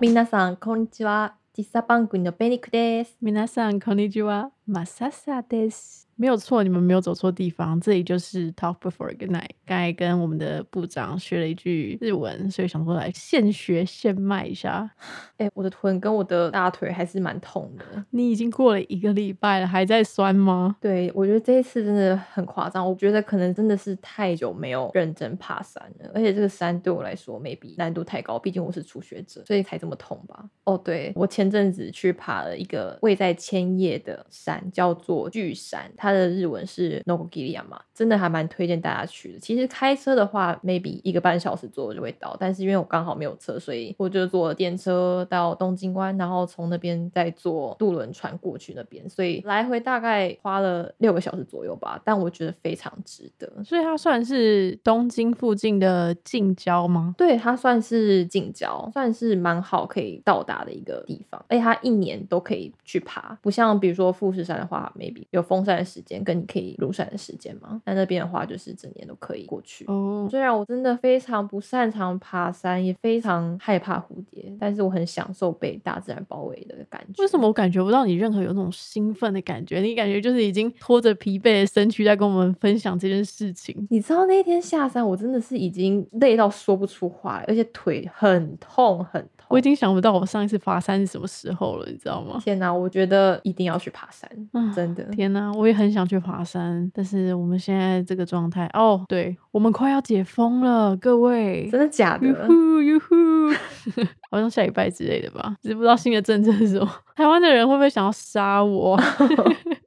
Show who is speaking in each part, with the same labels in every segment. Speaker 1: 皆さんこんにちは。実際番組のベニクです。
Speaker 2: 皆さんこんにちは、マササです。没有错，你们没有走错地方，这里就是 Talk Before Good Night。刚才跟我们的部长学了一句日文，所以想说来现学现卖一下。
Speaker 1: 哎、我的臀跟我的大腿还是蛮痛的。
Speaker 2: 你已经过了一个礼拜了，还在酸吗？
Speaker 1: 对，我觉得这一次真的很夸张。我觉得可能真的是太久没有认真爬山了，而且这个山对我来说 maybe 难度太高，毕竟我是初学者，所以才这么痛吧。哦，对，我前阵子去爬了一个位在千叶的山，叫做巨山，它的日文是 Nogiriyama，真的啊还蛮推荐大家去的。其实开车的话，maybe 一个半小时左右就会到，但是因为我刚好没有车，所以我就坐电车到东京湾，然后从那边再坐渡轮船过去那边，所以来回大概花了六个小时左右吧。但我觉得非常值得。
Speaker 2: 所以它算是东京附近的近郊吗？
Speaker 1: 对，它算是近郊，算是蛮好可以到达的一个地方，而且它一年都可以去爬，不像比如说富士山的话，maybe 有封山的时间跟你可以入山的时间嘛，但那边的话就是整年都可以过去。
Speaker 2: 哦，
Speaker 1: 虽然我真的非常不擅长爬山，也非常害怕蝴蝶，但是我很享受被大自然包围的感觉。
Speaker 2: 为什么我感觉不到你任何有那种兴奋的感觉？你感觉就是已经拖着疲惫的身躯在跟我们分享这件事情。
Speaker 1: 你知道那一天下山，我真的是已经累到说不出话来，而且腿很痛很痛。
Speaker 2: 我已经想不到我上一次爬山是什么时候了，你知道吗？
Speaker 1: 天哪，我觉得一定要去爬山，
Speaker 2: 啊
Speaker 1: 真的。
Speaker 2: 天呐，我也很想去爬山，但是我们现在这个状态，哦，对，我们快要解封了，各位
Speaker 1: 真，的假
Speaker 2: 哟
Speaker 1: 的？
Speaker 2: 呼哟呼， 好像下礼拜之类的吧，只是不知道新的政策是什么。 台湾的人会不会想要杀我？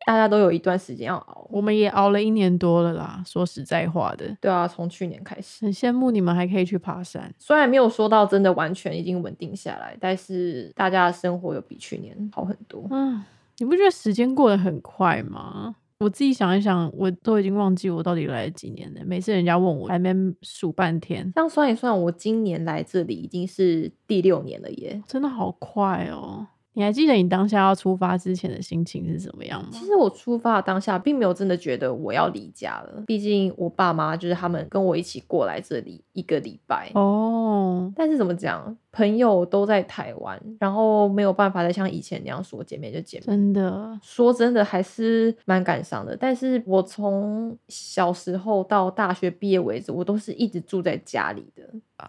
Speaker 1: 大家都有一段时间要熬。
Speaker 2: 我们也熬了一年多了啦，说实在话的，
Speaker 1: 对啊，从去年开始，
Speaker 2: 很羡慕你们还可以去爬山。
Speaker 1: 虽然没有说到真的完全已经稳定下来，但是大家的生活有比去年好很多。
Speaker 2: 嗯，你不觉得时间过得很快吗？我自己想一想，我都已经忘记我到底来了几年了。每次人家问我，还没数半天，
Speaker 1: 这样算一算，我今年来这里已经是第六年了耶。
Speaker 2: 真的好快哦！你还记得你当下要出发之前的心情是怎么样吗
Speaker 1: 其？实我出发的当下，并没有真的觉得我要离家了，毕竟我爸妈就是他们跟我一起过来这里一个礼拜。
Speaker 2: 哦，
Speaker 1: 但是怎么讲，朋友都在台湾，然后没有办法再像以前那样说见面就见面。
Speaker 2: 真的，
Speaker 1: 说真的，还是蛮感伤的。但是我从小时候到大学毕业为止，我都是一直住在家里的，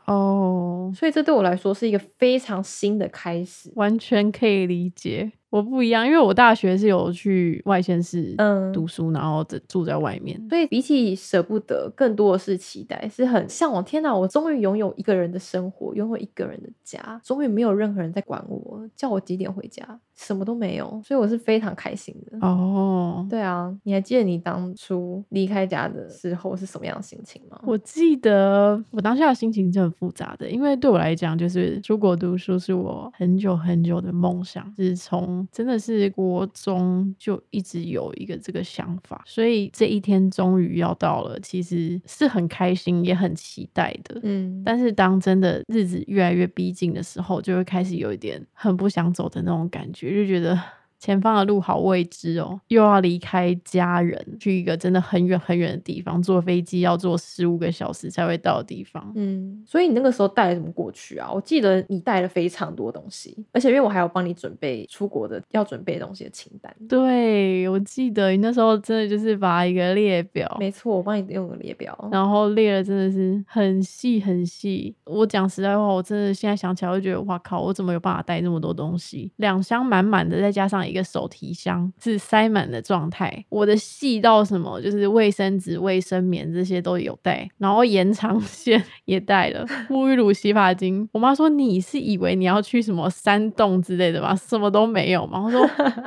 Speaker 2: 哦，
Speaker 1: 所以这对我来说是一个非常新的开始。
Speaker 2: 完全可以理解。我不一样，因为我大学是有去外县市
Speaker 1: 嗯
Speaker 2: 读书，然后住住在外面。
Speaker 1: 所以比起舍不得，更多的是期待，是很向往。天哪，我终于拥有一个人的生活，拥有一个人的家，终于没有任何人在管我，叫我几点回家，什么都没有。所以我是非常开心的。
Speaker 2: 哦，
Speaker 1: 对啊，你还记得你当初离开家的时候是什么样的心情吗？
Speaker 2: 我记得我当下的心情是很复杂的，因为对我来讲，就是出国读书是我很久很久的梦想，是从真的是国中就一直有一个这个想法，所以这一天终于要到了，其实是很开心也很期待的。
Speaker 1: 嗯，
Speaker 2: 但是当真的日子越来越逼近的时候，就会开始有一点很不想走的那种感觉，就觉得前方的路好未知哦，又要离开家人，去一个真的很远很远的地方，坐飞机要坐十五个小时才会到的地方。
Speaker 1: 嗯，所以你那个时候带了什么过去啊？我记得你带了非常多东西，而且因为我还有帮你准备出国的要准备的东西的清单。
Speaker 2: 对，我记得你那时候真的就是把一个列表，
Speaker 1: 没错，我帮你用个列表。
Speaker 2: 哦然后列的真的是很细很细。我讲实在话，我真的现在想起来，我就觉得哇靠，我怎么有办法带这么多东西？两箱满满的，再加上一个手提箱是塞满的状态。我的细到什么，就是卫生纸、卫生棉这些都有带，然后延长 线也带了，沐浴乳、洗发精。我妈说你是以为你要去什么山洞之类的吗？什么都没有吗？我说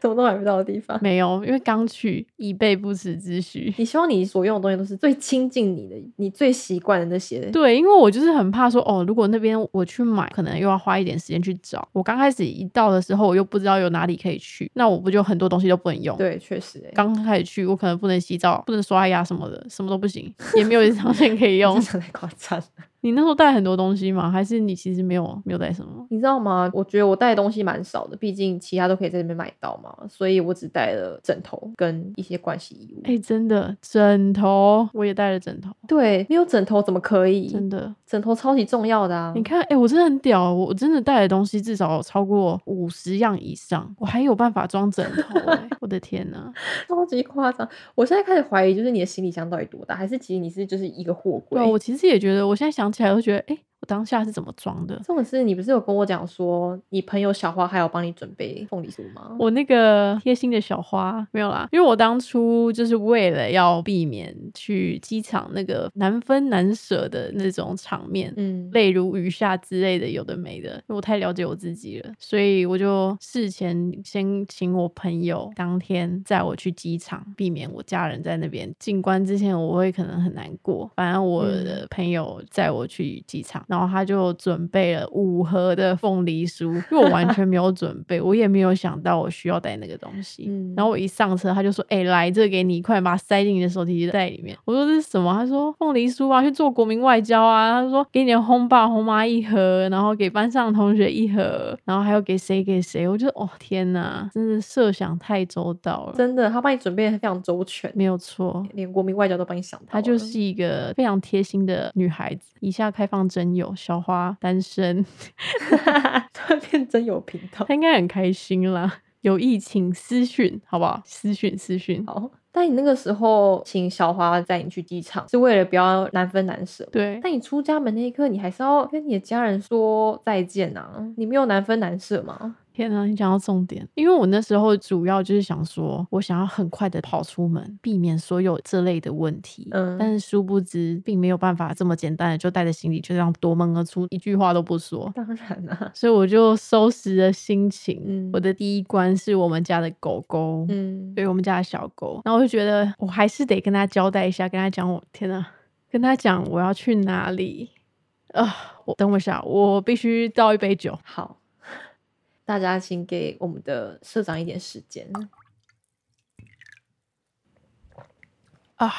Speaker 1: 什么都买不到的地方。
Speaker 2: 没有，因为刚去，以备不时之需。
Speaker 1: 你希望你所用的东西都是最亲近你的，你最习惯的那些。
Speaker 2: 对，因为我就是很怕说，哦，如果那边我去买，可能又要花一点时间去找。我刚开始一到的时候，我又不知道有哪里可以去，那我不就很多东西都不能用？，
Speaker 1: 对，确实、欸，
Speaker 2: 刚开始去，我 可能不能洗澡，不能刷牙什么的，什么都不行，也没有一张线可以用
Speaker 1: 欸真。的太夸张了。
Speaker 2: 你那时候带很多东西吗？还是你其实没有没有带什么？
Speaker 1: 你知道吗？我觉得我带的东西蛮少的，毕竟其他都可以在那边买到嘛，所以我只带了枕头跟一些盥洗衣物。
Speaker 2: 哎、真的，枕头我也带了枕头，
Speaker 1: 对，没有枕头怎么可以？
Speaker 2: 真的。
Speaker 1: 枕头超级重要的啊！
Speaker 2: 你，看，哎、我真的很屌，我真的带的东西至少有超过五十样以上，我还有办法装枕头、 哎我的天呐！
Speaker 1: 超级夸张。我现在开始怀疑，就是你的行李箱到底多大，还是其实你是就是一个货柜
Speaker 2: 对啊，？我其实也觉得，我现在想起来都觉得，哎、我当下是怎么装的？
Speaker 1: 重点是你不是有跟我讲说，你朋友小花还有帮你准备凤梨酥吗？
Speaker 2: 我那个贴心的小花没有啦，因为我当初就是为了要避免去机场那个难分难舍的那种场面，
Speaker 1: 嗯，
Speaker 2: 泪如雨下之类的，有的没的，因为我太了解我自己了，所以我就事前先请我朋友当天载我去机场，避免我家人在那边进关之前我会可能很难过。反正我
Speaker 1: 嗯
Speaker 2: 的朋友载我去机场，然后他就准备了五盒的凤梨酥，因为我完全没有准备，我也没有想到我需要带那个东西。
Speaker 1: 嗯
Speaker 2: 然后我一上车，他就说：“哎、来，这个给你，快点把它塞进你的手提袋里面。”我说：“这是什么？”他说：“凤梨酥啊，去做国民外交啊。”他说：“给你的红爸红妈一盒，然后给班上同学一盒，然后还有给谁给谁。”我就哦天哪，真的设想太周到了，
Speaker 1: 真的，他帮你准备的非常周全，
Speaker 2: 没有错。
Speaker 1: 连国民外交都帮你想到了。
Speaker 2: 她就是一个非常贴心的女孩子。以下开放真友，小花单身，
Speaker 1: 突然变真有频道。
Speaker 2: 她应该很开心啦。有意请私讯，好不好？私讯私讯。
Speaker 1: 好，但你那个时候请小花载你去机场，是为了不要难分难舍。
Speaker 2: 对，
Speaker 1: 但你出家门那一刻，你还是要跟你的家人说再见啊！你没有难分难舍吗？
Speaker 2: 天啊，你讲到重点，因为我那时候主要就是想说，我想要很快的跑出门，避免所有这类的问题。
Speaker 1: 嗯
Speaker 2: 但是殊不知，并没有办法这么简单的就带着行李就这样夺门而出，一句话都不说。
Speaker 1: 当然啦、
Speaker 2: 所以我就收拾了心情。
Speaker 1: 嗯
Speaker 2: 我的第一关是我们家的狗狗，
Speaker 1: 嗯，
Speaker 2: 对我们家的小狗，然后我就觉得我还是得跟他交代一下，跟他讲我天呐，跟他讲我要去哪里啊、我等我一下，我必须倒一杯酒。
Speaker 1: 好， 大家请给我们的社长一点时间。
Speaker 2: 啊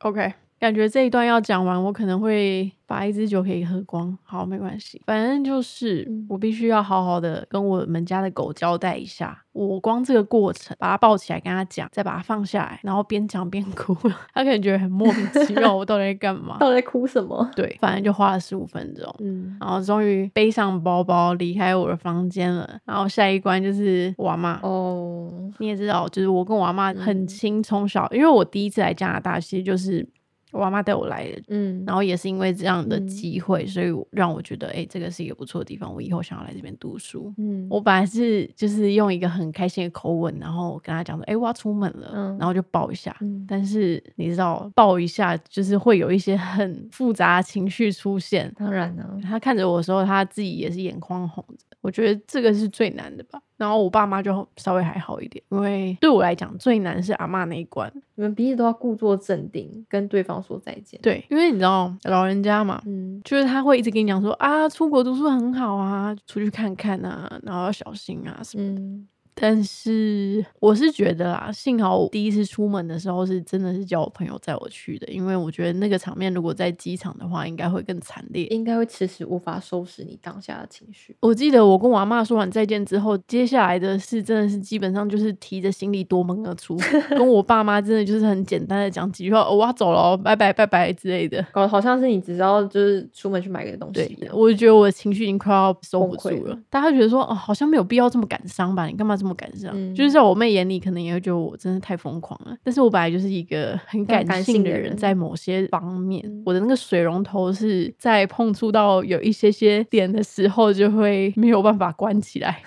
Speaker 2: ，OK，感觉这一段要讲完，我可能会把一支酒给喝光。好，没关系，反正就是
Speaker 1: 嗯
Speaker 2: 我必须要好好的跟我们家的狗交代一下。我光这个过程，把它抱起来跟它讲，再把它放下来，然后边讲边哭， 它可能觉得很莫名其妙，我到底在干嘛？
Speaker 1: 到底在哭什么？
Speaker 2: 对，反正就花了十五分钟。
Speaker 1: 嗯，
Speaker 2: 然后终于背上包包离开我的房间了。然后下一关就是我阿妈，
Speaker 1: 哦，
Speaker 2: 你也知道，就是我跟我阿妈很
Speaker 1: 嗯
Speaker 2: 亲，从小、因为我第一次来加拿大，其实就是我阿妈带我来的。
Speaker 1: 嗯，
Speaker 2: 然后也是因为这样的
Speaker 1: 嗯
Speaker 2: 机会，所以我让我觉得，哎、这个是一个不错的地方，我以后想要来这边读书。
Speaker 1: 嗯，
Speaker 2: 我本来是就是用一个很开心的口吻，然后跟他讲说，哎、我要出门了，
Speaker 1: 嗯
Speaker 2: 然后就抱一下。
Speaker 1: 嗯，
Speaker 2: 但是你知道，抱一下就是会有一些很复杂的情绪出现，
Speaker 1: 当然啦、
Speaker 2: 他看着我的时候，他自己也是眼眶红着。我觉得这个是最难的吧。然后我爸妈就稍微还好一点，因为对我来讲最难是阿嬷那一关。
Speaker 1: 你们彼此都要故作镇定，跟对方说再见。，
Speaker 2: 对，因为你知道老人家嘛，
Speaker 1: 嗯
Speaker 2: 就是他会一直跟你讲说啊，出国读书很好啊，出去看看啊，然后要小心啊什么。
Speaker 1: 嗯
Speaker 2: 但是我是觉得啦，幸好我第一次出门的时候是真的是叫我朋友载我去的，因为我觉得那个场面如果在机场的话，应该会更惨烈。
Speaker 1: 应该会迟迟无法收拾你当下的情绪。
Speaker 2: 我记得我跟我阿妈说完再见之后，接下来的事真的是基本上就是提着行李夺门 而出，跟我爸妈真的就是很简单的讲几句话，哦、我要走了哦，拜拜拜拜之类的。
Speaker 1: 搞得好像是你只知道就是出门去买个东西
Speaker 2: 对
Speaker 1: 一，样。
Speaker 2: 我就觉得我的情绪已经快要收不住
Speaker 1: 崩溃
Speaker 2: 了
Speaker 1: 了。
Speaker 2: 大家觉得说，哦，好像没有必要这么感伤吧？你干嘛这么感伤？
Speaker 1: 嗯
Speaker 2: 就是在我妹眼里，可能也会觉得我真的太疯狂了。但是我本来就是一个很
Speaker 1: 非常
Speaker 2: 感
Speaker 1: 感
Speaker 2: 性
Speaker 1: 性
Speaker 2: 的
Speaker 1: 的
Speaker 2: 人，
Speaker 1: 人
Speaker 2: 在某些方面，
Speaker 1: 嗯
Speaker 2: 我的那个水龙头是在碰触到有一些些点的时候，就会没有办法关起来。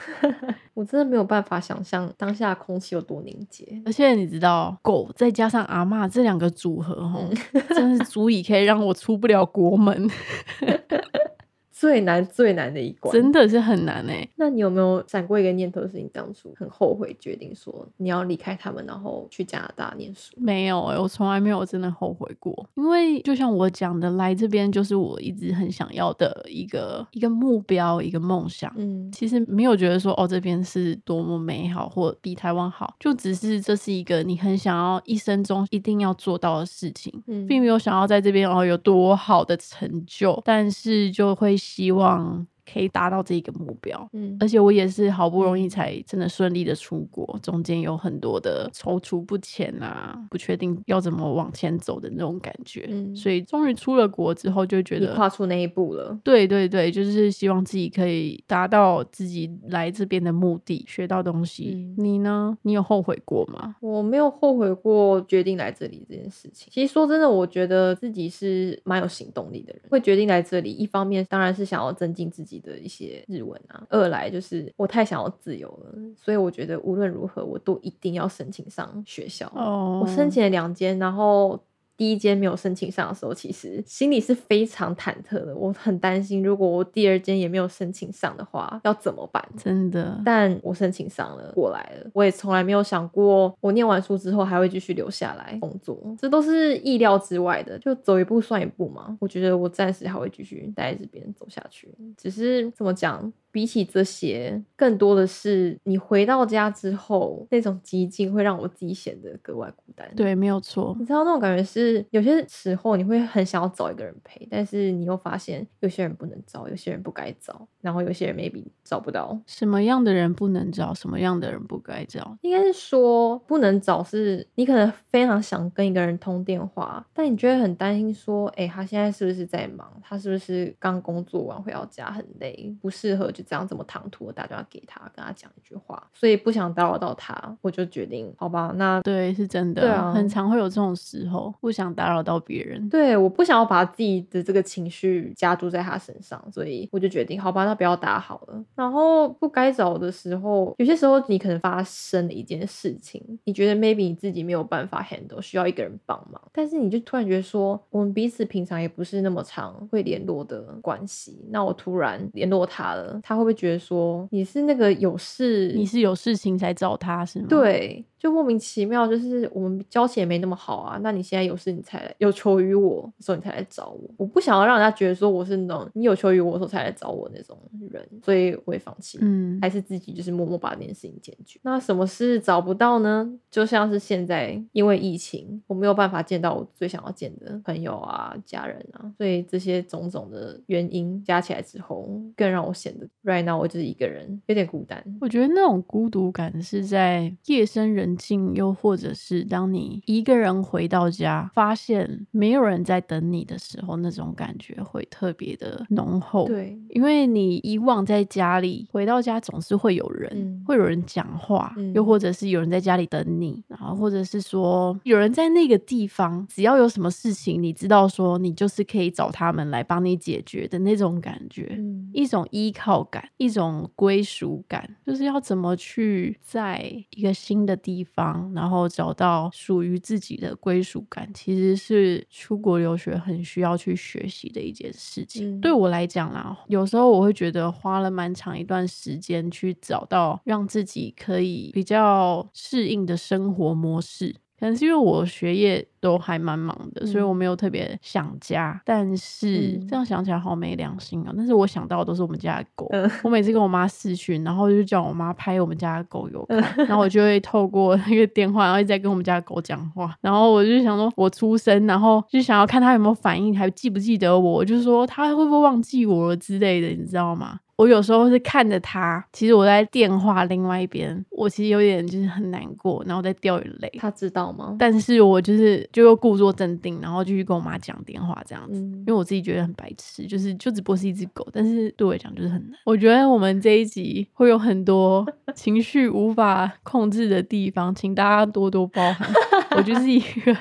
Speaker 1: 我真的没有办法想象当下的空气有多凝结。
Speaker 2: 而且你知道，狗再加上阿嬷这两个组合，哈、哦
Speaker 1: 嗯
Speaker 2: 真是足以可以让我出不了国门。
Speaker 1: 最难最难的一关。
Speaker 2: 真的是很难哎、
Speaker 1: 那你有没有闪过一个念头，是你当初很后悔决定说你要离开他们，然后去加拿大念书？
Speaker 2: 没有哎、我从来没有真的后悔过，因为就像我讲的，来这边就是我一直很想要的一个一个目标，一个梦想。
Speaker 1: 嗯，
Speaker 2: 其实没有觉得说哦这边是多么美好或比台湾好，就只是这是一个你很想要一生中一定要做到的事情，
Speaker 1: 嗯
Speaker 2: 并没有想要在这边哦有多好的成就，但是就会希望可以达到这一个目标。
Speaker 1: 嗯
Speaker 2: 而且我也是好不容易才真的顺利的出国，中间有很多的踌躇不前啊，不确定要怎么往前走的那种感觉。
Speaker 1: 嗯
Speaker 2: 所以终于出了国之后，就觉
Speaker 1: 你
Speaker 2: 得
Speaker 1: 跨出那一步了。
Speaker 2: 对对对，就是希望自己可以达到自己来这边的目的，学到东西。
Speaker 1: 嗯
Speaker 2: 你呢？你有后悔过吗？
Speaker 1: 我没有后悔过决定来这里这件事情。其实说真的，我觉得自己是蛮有行动力的人，会决定来这里。一方面当然是想要增进自己的一些日文啊，二来就是我太想要自由了，所以我觉得无论如何我都一定要申请上学校。
Speaker 2: 哦
Speaker 1: 我申请了两间，然后第一间没有申请上的时候，其实心里是非常忐忑的，我很担心，如果我第二间也没有申请上的话，要怎么办？
Speaker 2: 哦真的，
Speaker 1: 但我申请上了，过来了。我也从来没有想过，我念完书之后还会继续留下来工作，这都是意料之外的，就走一步算一步嘛。我觉得我暂时还会继续待在这边走下去，只是怎么讲，比起这些，更多的是你回到家之后那种寂静，会让我自己显得格外孤单。。
Speaker 2: 对，没有错
Speaker 1: 你。知道那种感觉是，有些时候你会很想要找一个人陪，但是你又发现有些人不能找，有些人不该找，然后有些人 maybe 找不到，
Speaker 2: 什么样的人不能找，什么样的人不该找？
Speaker 1: 应该是说不能找是，你可能非常想跟一个人通电话，但你就会很担心说，哎、他现在是不是在忙？他是不是刚工作完回到家很累，不适合就这样这么唐突的打电话给他，跟他讲一句话，所以不想打扰到他，我就决定，好吧，那
Speaker 2: 对，是真的，
Speaker 1: 对啊
Speaker 2: 很常会有这种时候，不想打扰到别人。
Speaker 1: 对，我不想要把自己的这个情绪加注在他身上，所以我就决定，好吧，那不要打好了。然后不该找的时候，有些时候你可能发生了一件事情，你觉得 maybe 你自己没有办法 handle，需要一个人帮忙，但是你就突然觉得说，我们彼此平常也不是那么常会联络的关系，那我突然联络他了，他会不会觉得说你是那个有事，
Speaker 2: 你是有事情才找他是吗？，
Speaker 1: 对，就莫名其妙，就是我们交情也没那么好啊。那你现在有事你才来有求于我，所以你才来找我。我不想要让人家觉得说我是那种你有求于我的时候才来找我那种人，所以我也放弃。
Speaker 2: 嗯，
Speaker 1: 还是自己就是默默把这件事情解决。那什么是找不到呢？就像是现在因为疫情，我没有办法见到我最想要见的朋友啊、家人啊，所以这些种种的原因加起来之后，更让我显得 right now 我就是一个人，有点孤单。
Speaker 2: 我觉得那种孤独感是在夜深人静，又或者是当你一个人回到家，发现没有人在等你的时候，那种感觉会特别的浓厚。。
Speaker 1: 对，
Speaker 2: 因为你以往在家里，回到家总是会有人，
Speaker 1: 嗯
Speaker 2: 会有人讲话，
Speaker 1: 嗯
Speaker 2: 又或者是有人在家里等你，然后或者是说有人在那个地方，只要有什么事情，你知道说你就是可以找他们来帮你解决的那种感觉。
Speaker 1: 嗯
Speaker 2: 一种依靠感，一种归属感，就是要怎么去在一个新的地方，然后找到属于自己的归属感，其实是出国留学很需要去学习的一件事情。
Speaker 1: 嗯
Speaker 2: 对我来讲啦，有时候我会觉得花了蛮长一段时间去找到让自己可以比较适应的生活模式，可能是因为我学业都还蛮忙的，所以我没有特别想家。但是、
Speaker 1: 嗯
Speaker 2: 这样想起来好没良心啊！但是我想到的都是我们家的狗。
Speaker 1: 嗯
Speaker 2: 我每次跟我妈视讯，然后就叫我妈拍我们家的狗给我
Speaker 1: 嗯
Speaker 2: 看，然后我就会透过那个电话，然后一直在跟我们家的狗讲话。然后我就想说，我出生，然后就想要看它有没有反应，还记不记得我，我就说它会不会忘记我了之类的，你知道吗？我有时候是看着他，其实我在电话另外一边，我其实有点就是很难过，然后在掉眼泪。
Speaker 1: 他知道吗？
Speaker 2: 但是我就是就又故作镇定，然后继续跟我妈讲电话这样子，
Speaker 1: 嗯
Speaker 2: 因为我自己觉得很白痴，就是就只不过是一只狗，但是对我来讲就是很难。我觉得我们这一集会有很多情绪无法控制的地方，请大家多多包涵。我就是一个，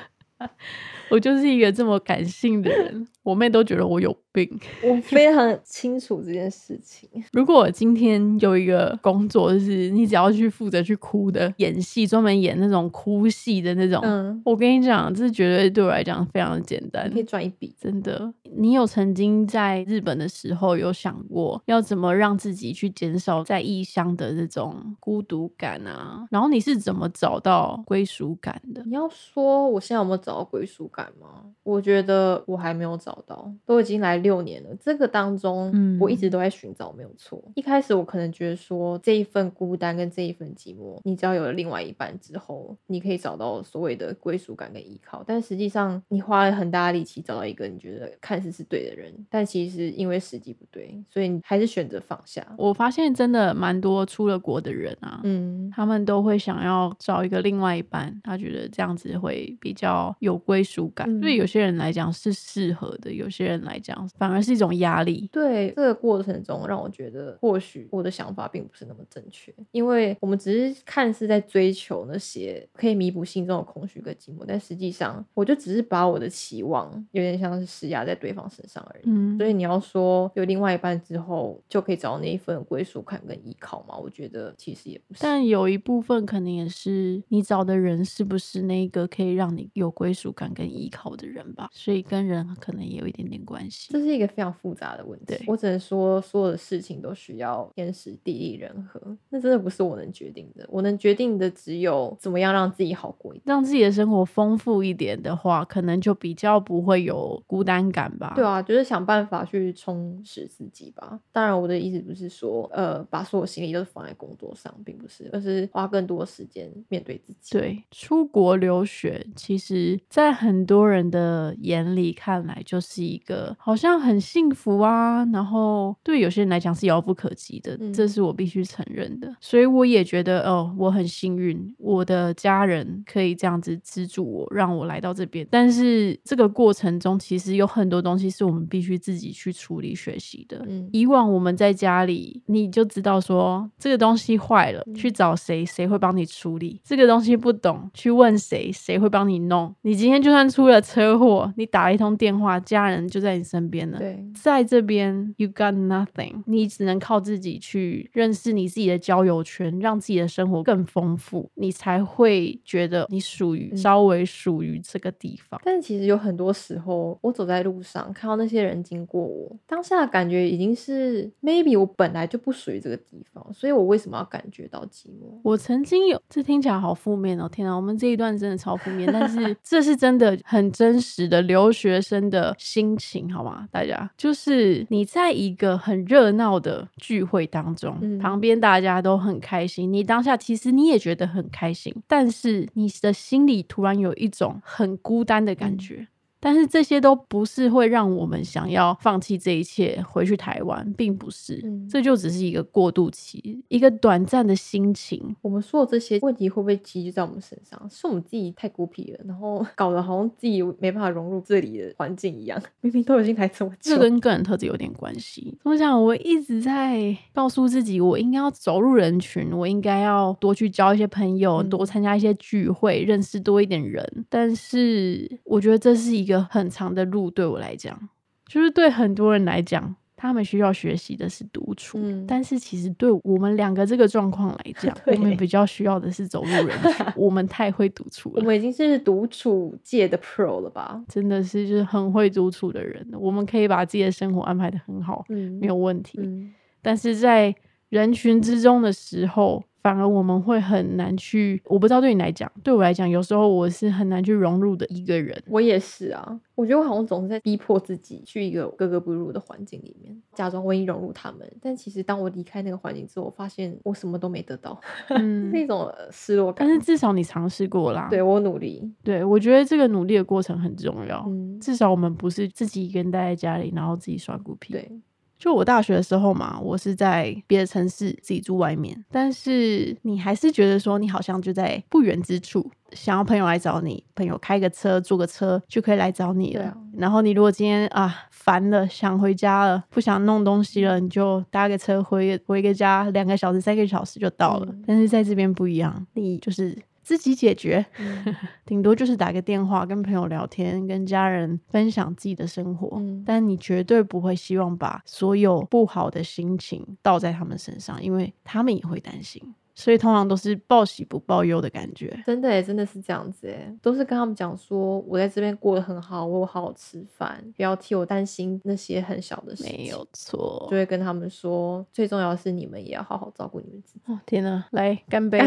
Speaker 2: 我就是一个这么感性的人，我妹都觉得我有病。
Speaker 1: 我非常清楚这件事情。
Speaker 2: 如果我今天有一个工作，就是你只要去负责去哭的演戏，专门演那种哭戏的那种，
Speaker 1: 嗯，
Speaker 2: 我跟你讲，这绝对对我来讲非常的简单
Speaker 1: 你可。以赚一笔。
Speaker 2: 真的，你有曾经在日本的时候有想过要怎么让自己去减少在异乡的这种孤独感啊？然后你是怎么找到归属感的？
Speaker 1: 你要说我现在有没有找到归属感吗？我觉得我还没有找到，都已经来六年了。这个当中，
Speaker 2: 嗯
Speaker 1: 我一直都在寻找，没有错。一开始我可能觉得说这一份孤单跟这一份寂寞，你只要有了另外一半之后，你可以找到所谓的归属感跟依靠。但实际上，你花了很大的力气找到一个你觉得看似是对的人，但其实因为时机不对，所以你还是选择放下。
Speaker 2: 我发现真的蛮多出了国的人啊，
Speaker 1: 嗯，
Speaker 2: 他们都会想要找一个另外一半，他觉得这样子会比较有归
Speaker 1: 嗯
Speaker 2: 属感。对有些人来讲是适合的，有些人来讲反而是一种压力。
Speaker 1: 对这个过程中，让我觉得或许我的想法并不是那么正确，因为我们只是看似在追求那些可以弥补心中的空虚跟寂寞，但实际上我就只是把我的期望有点像是施压在对方身上而已。
Speaker 2: 嗯
Speaker 1: 所以你要说有另外一半之后就可以找到那一份归属感跟依靠吗？我觉得其实也不是。
Speaker 2: 但有一部分可能也是你找的人是不是那个可以让你有归属感跟依靠的人吧，所以跟人可能也有一点点关系。
Speaker 1: 这是一个非常复杂的问题
Speaker 2: 对。
Speaker 1: 我只能说，所有的事情都需要天时地利人和，那真的不是我能决定的。我能决定的只有怎么样让自己好过一点。
Speaker 2: 让自己的生活丰富一点的话，可能就比较不会有孤单感吧。
Speaker 1: 对啊，就是想办法去充实自己吧。当然，我的意思不是说，呃，把所有心力都放在工作上，并不是，而是花更多时间面对自己。，
Speaker 2: 对，出国留学，其实在很多人的眼里看来，就是一个好像很幸福啊，然后对有些人来讲是遥不可及的，
Speaker 1: 嗯
Speaker 2: 这是我必须承认的。所以我也觉得，哦，我很幸运，我的家人可以这样子资助我，让我来到这边。但是这个过程中，其实有很多东西是我们必须自己去处理、学习的。
Speaker 1: 嗯，
Speaker 2: 以往我们在家里，你就知道说这个东西坏了，
Speaker 1: 嗯
Speaker 2: 去找谁，谁会帮你处理；这个东西不懂，去问谁，谁会帮你弄。你今天就算出了车祸，你打一通电话，家人就在你身边了。
Speaker 1: 对，
Speaker 2: 在这边，you got nothing，你只能靠自己去认识你自己的交友圈，让自己的生活更丰富，你才会觉得你属于
Speaker 1: 嗯
Speaker 2: 稍微属于这个地方。
Speaker 1: 但其实有很多时候，我走在路上看到那些人经过我，当下的感觉已经是 maybe 我本来就不属于这个地方，所以我为什么要感觉到寂寞？
Speaker 2: 我曾经有，这听起来好负面哦！天啊，我们这一段真的超负面，但是这是真的很真实的留学生的心情，好吗？大家就是你在一个很热闹的聚会当中，
Speaker 1: 嗯
Speaker 2: 旁边大家都很开心，你当下其实你也觉得很开心，但是你的心里突然有一种很孤单的感
Speaker 1: 嗯
Speaker 2: 觉。但是这些都不是会让我们想要放弃这一切回去台湾，并不是，
Speaker 1: 嗯
Speaker 2: 这就只是一个过渡期，一个短暂的心情。
Speaker 1: 我们说的这些问题会不会积聚在我们身上？是我们自己太孤僻了，然后搞得好像自己没办法融入这里的环境一样。 明明都已经来这么久，
Speaker 2: 这跟个人特质有点关系。怎么讲？我一直在告诉自己，我应该要走入人群，我应该要多去交一些朋友，
Speaker 1: 嗯
Speaker 2: 多参加一些聚会，认识多一点人。但是我觉得这是一个很长的路，对我来讲，就是对很多人来讲。他们需要学习的是独处，
Speaker 1: 嗯，
Speaker 2: 但是其实对我们两个这个状况来讲
Speaker 1: 对
Speaker 2: 我们比较需要的是走入人群。 我们太会独处
Speaker 1: 我
Speaker 2: 了，
Speaker 1: 们已经是独处界的 pro 了吧？
Speaker 2: 真的是就是很会独处的人。我们可以把自己的生活安排的很好，
Speaker 1: 嗯，
Speaker 2: 没有问题。
Speaker 1: 嗯，
Speaker 2: 但是在人群之中的时候，反而我们会很难去。我不知道对你来讲，对我来讲，有时候我是很难去融入的一 个人。
Speaker 1: 我也是啊。我觉得我好像总是在逼迫自己去一个格格不入的环境里面，假装我已经融入他们，但其实当我离开那个环境之后，我发现我什么都没得到，
Speaker 2: 嗯
Speaker 1: 是一种呃失落感
Speaker 2: 但。是至少你尝试过啦。
Speaker 1: 对我努力，
Speaker 2: 对，我觉得这个努力的过程很重要。
Speaker 1: 嗯，
Speaker 2: 至少我们不哦是自己一个人待在家里，然后自己耍孤僻。
Speaker 1: 对，
Speaker 2: 就我大学的时候嘛，我是在别的城市自己住外面，但是你还是觉得说你好像就在不远之处，想要朋友来找你，朋友开个车坐个车就可以来找你了。
Speaker 1: 对啊
Speaker 2: 然后你如果今天啊烦了，想回家了，不想弄东西了，你就搭个车回回个家，两个小时、三个小时就到了。
Speaker 1: 嗯
Speaker 2: 但是在这边不一样，你就是。自己 解决，
Speaker 1: 嗯
Speaker 2: 顶多就是打个电话跟朋友聊天，跟家人分享自己的生活。
Speaker 1: 嗯
Speaker 2: 但你绝对不会希望把所有不好的心情倒在他们身上，因为他们也会担心。所以通常都是报喜不报忧的感觉。
Speaker 1: 真的耶，真的是这样子哎，都是跟他们讲说，我在这边过得很好，我有好好吃饭，不要替我担心那些很小的事情。
Speaker 2: 没有，错
Speaker 1: 就。会跟他们说，最重要的是你们也要好好照顾你们自己。
Speaker 2: 哦天哪，来干 杯！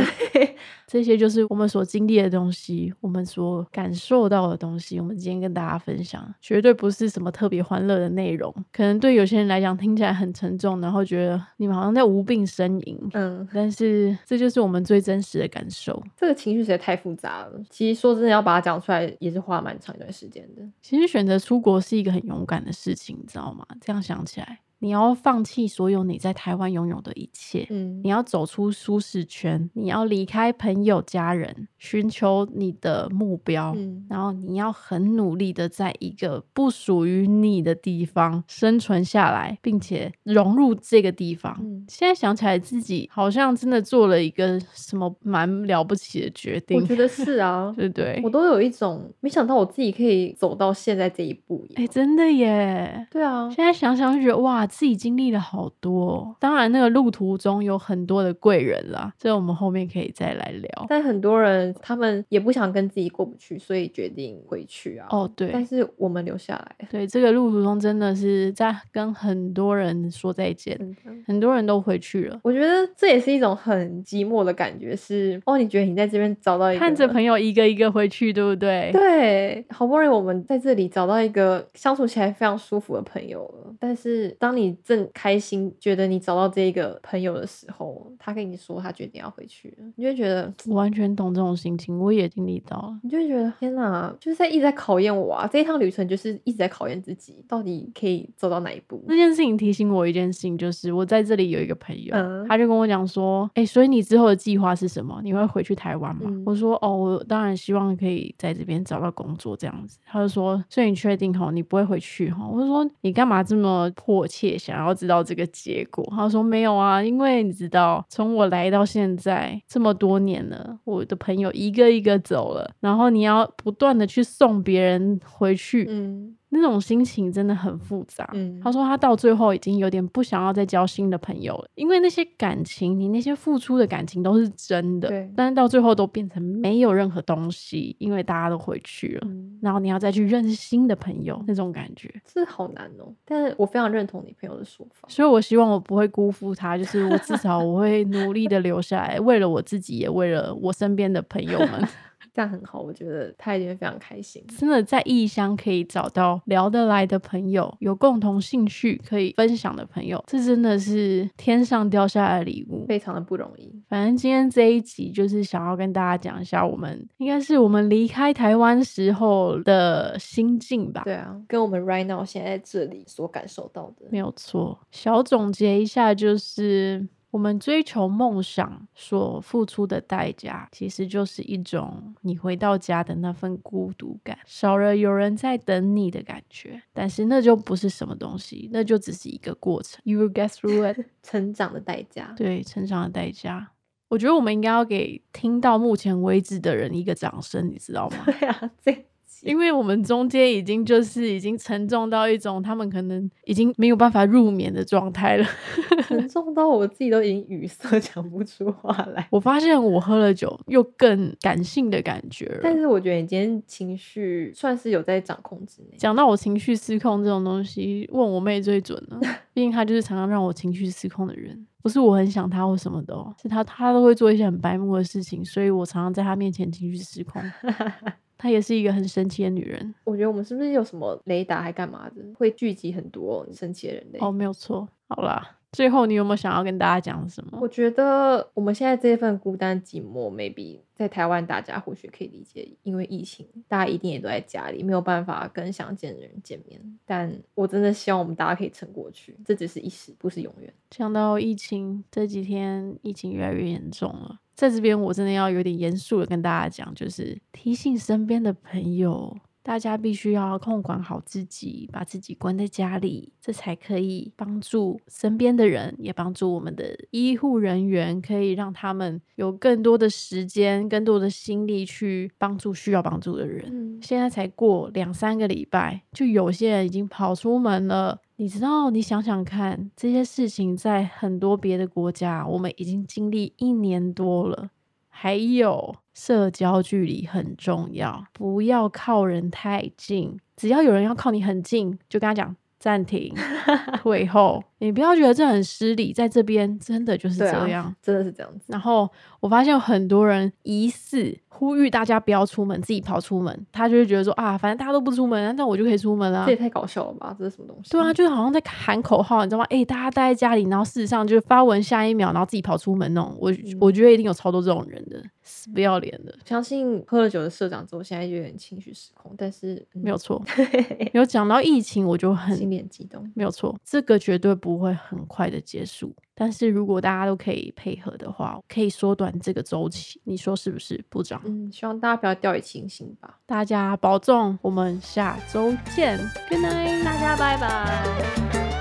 Speaker 2: 这些就是我们所经历的东西，我们所感受到的东西，我们今天跟大家分享，绝对不是什么特别欢乐的内容。可能对有些人来讲听起来很沉重，然后觉得你们好像在无病呻吟。
Speaker 1: 嗯，
Speaker 2: 但是这就是我们最真实的感受。
Speaker 1: 这个情绪实在太复杂了。其实说真的，要把它讲出来也是花蛮长一段时间的。
Speaker 2: 其实选择出国是一个很勇敢的事情，你知道吗？这样想起来，你要放弃所有你在台湾拥有的一切，
Speaker 1: 嗯
Speaker 2: 你，要走出舒适圈，你要离开朋友、家人，寻求你的目标。
Speaker 1: 嗯
Speaker 2: 然后你要很努力的在一个不属于你的地方生存下来，并且融入这个地方。
Speaker 1: 嗯
Speaker 2: 现在想起来，自己好像真的做了一个什么蛮了不起的决定，，
Speaker 1: 我觉得是啊
Speaker 2: 对不对
Speaker 1: 我？都有一种没想到我自己可以走到现在这一步耶。
Speaker 2: 哎、真的耶！
Speaker 1: 对啊，
Speaker 2: 现在想想就觉得哇，自己经历了好多哦、当然，那个路途中有很多的贵人啦，这我们后面可以再来聊。
Speaker 1: 但很多人他们也不想跟自己过不去，所以决定回去啊。
Speaker 2: 哦，对，
Speaker 1: 但是我们留下来，
Speaker 2: 对，这个路途中真的是在跟很多人说再见，
Speaker 1: 真的。
Speaker 2: 很多人都回去了，
Speaker 1: 嗯我觉得这也是一种很寂寞的感觉，是哦，你觉得你在这边找到一个
Speaker 2: 看着朋友一个一个回去，对不对？
Speaker 1: 对，好不容易我们在这里找到一个相处起来非常舒服的朋友了。但是当你正开心，觉得你找到这一个朋友的时候，他跟你说他决定要回去了，你就会觉得，
Speaker 2: 我完全懂这种心情，我也经历到了。
Speaker 1: 你就会觉得天哪，就是在一直在考验我啊！这一趟旅程就是一直在考验自己，到底可以走到哪一步
Speaker 2: 这。件事情提醒我一件事情，就是我在这里有一个朋友，
Speaker 1: 嗯
Speaker 2: 他就跟我讲说：“哎、所以你之后的计划是什么？你会回去台湾吗？”
Speaker 1: 嗯
Speaker 2: 我说：“哦，我当然希望可以在这边找到工作这样子。”他就说：“所以你确定吼，你不会回去吼？”我就说：“你干嘛这么迫切想要知道这个结果？”他说：“没有啊，因为你知道，从我来到现在这么多年了，我的朋友一个一个走了，然后你要不断的去送别人回去，
Speaker 1: 嗯
Speaker 2: 那种心情真的很复杂。
Speaker 1: 嗯
Speaker 2: 他说他到最后已经有点不想要再交新的朋友了，因为那些感情，你那些付出的感情都是真的
Speaker 1: 对，
Speaker 2: 但是到最后都变成没有任何东西，因为大家都回去了。
Speaker 1: 嗯，
Speaker 2: 然后你要再去认识新的朋友，那种感觉。
Speaker 1: 这好难哦。但我非常认同你朋友的说法。
Speaker 2: 所以我希望我不会辜负他，就是我至少我会努力的留下来，为了我自己，也为了我身边的朋友们。
Speaker 1: 这样很好，我觉得他一定会非常开心。
Speaker 2: 真的在异乡可以找到聊得来的朋友，有共同兴趣可以分享的朋友，这真的是天上掉下来的礼物。
Speaker 1: 非常的不容易，
Speaker 2: 反正今天这一集就是想要跟大家讲一下，我们应该是我们离开台湾时候的心境吧。
Speaker 1: 对啊，跟我们 right now 现在在这里所感受到的
Speaker 2: 没，有错。小总结一下，就是我们追求梦想所付出的代价，其实就是一种你回到家的那份孤独感，少了有人在等你的感觉。但是那就不是什么东西，那就只是一个过程。You will get through it 。
Speaker 1: 成长的代价。
Speaker 2: 对，成长的代价。我觉得我们应该要给听到目前为止的人一个掌声，你知 道吗？
Speaker 1: 对啊，这一集
Speaker 2: 因为我们中间已经就是已经沉重到一种他们可能已经没有办法入眠的状态了。
Speaker 1: 沉重到我自己都已经语塞，讲不出话来。
Speaker 2: 我发现我喝了酒又更感性的感觉了。
Speaker 1: 但是我觉得你今天情绪算是有在掌控之内。
Speaker 2: 讲到我情绪失控这种东西，问我妹最准了，毕竟她就是常常让我情绪失控的人。不是我很想她或什么的、哦，是她她都会做一些很白目的事情，所以我常常在她面前情绪失控。她也是一个很神奇的女人
Speaker 1: 我觉得我们是不是有什么雷达还干嘛的，会聚集很多生气的人类？
Speaker 2: 哦，没有错。好啦，最后你有没有想要跟大家讲什么
Speaker 1: 我？觉得我们现在这份孤单寂寞，maybe 在台湾大家或许可以理解，因为疫情，大家一定也都在家里，没有办法跟想见的人见面。但我真的希望我们大家可以撑过去，这只是一时，不是永远。
Speaker 2: 讲到疫情这几天，疫情越来越严重了。在这边，我真的要有点严肃的跟大家讲，就是提醒身边的朋友，大家必须要控管好自己，把自己关在家里，这才可以帮助身边的人，也帮助我们的医护人员，可以让他们有更多的时间、更多的心力去帮助需要帮助的人。
Speaker 1: 嗯
Speaker 2: 现在才过两三个礼拜，就有些人已经跑出门了。你知道，你想想看，这些事情在很多别的国家，我们已经经历一年多了。还有，社交距离很重要，不要靠人太近。只要有人要靠你很近，就跟他讲 暂停、退后。你不要觉得这很失礼，在这边真的就是
Speaker 1: 对
Speaker 2: 这
Speaker 1: 啊
Speaker 2: 样。
Speaker 1: 真的是这样子。
Speaker 2: 然后我发现有很多人疑似呼吁大家不要出门，自己跑出门，他就会觉得说啊，反正大家都不出门，那我就可以出门啦、
Speaker 1: 这也太搞笑了吧！这是什么东西？
Speaker 2: 对啊，，就是好像在喊口号，你知道吗？哎、大家待在家里，然后事实上就是发文下一秒，然后自己跑出门那种。我我觉得一定有超多这种人的，死不要脸的，
Speaker 1: 相信喝了酒的社长之后，现在就有点情绪失控，但是、嗯
Speaker 2: 没有，错。有讲到疫情，我就很
Speaker 1: 心里很激动。
Speaker 2: 没有错，这个绝对不会很快的结束。但是如果大家都可以配合的话，可以缩短这个周期，你说是不是，部长？
Speaker 1: 嗯，希望大家不要掉以轻心吧。
Speaker 2: 大家保重，我们下周见，Good night。
Speaker 1: 大家拜拜。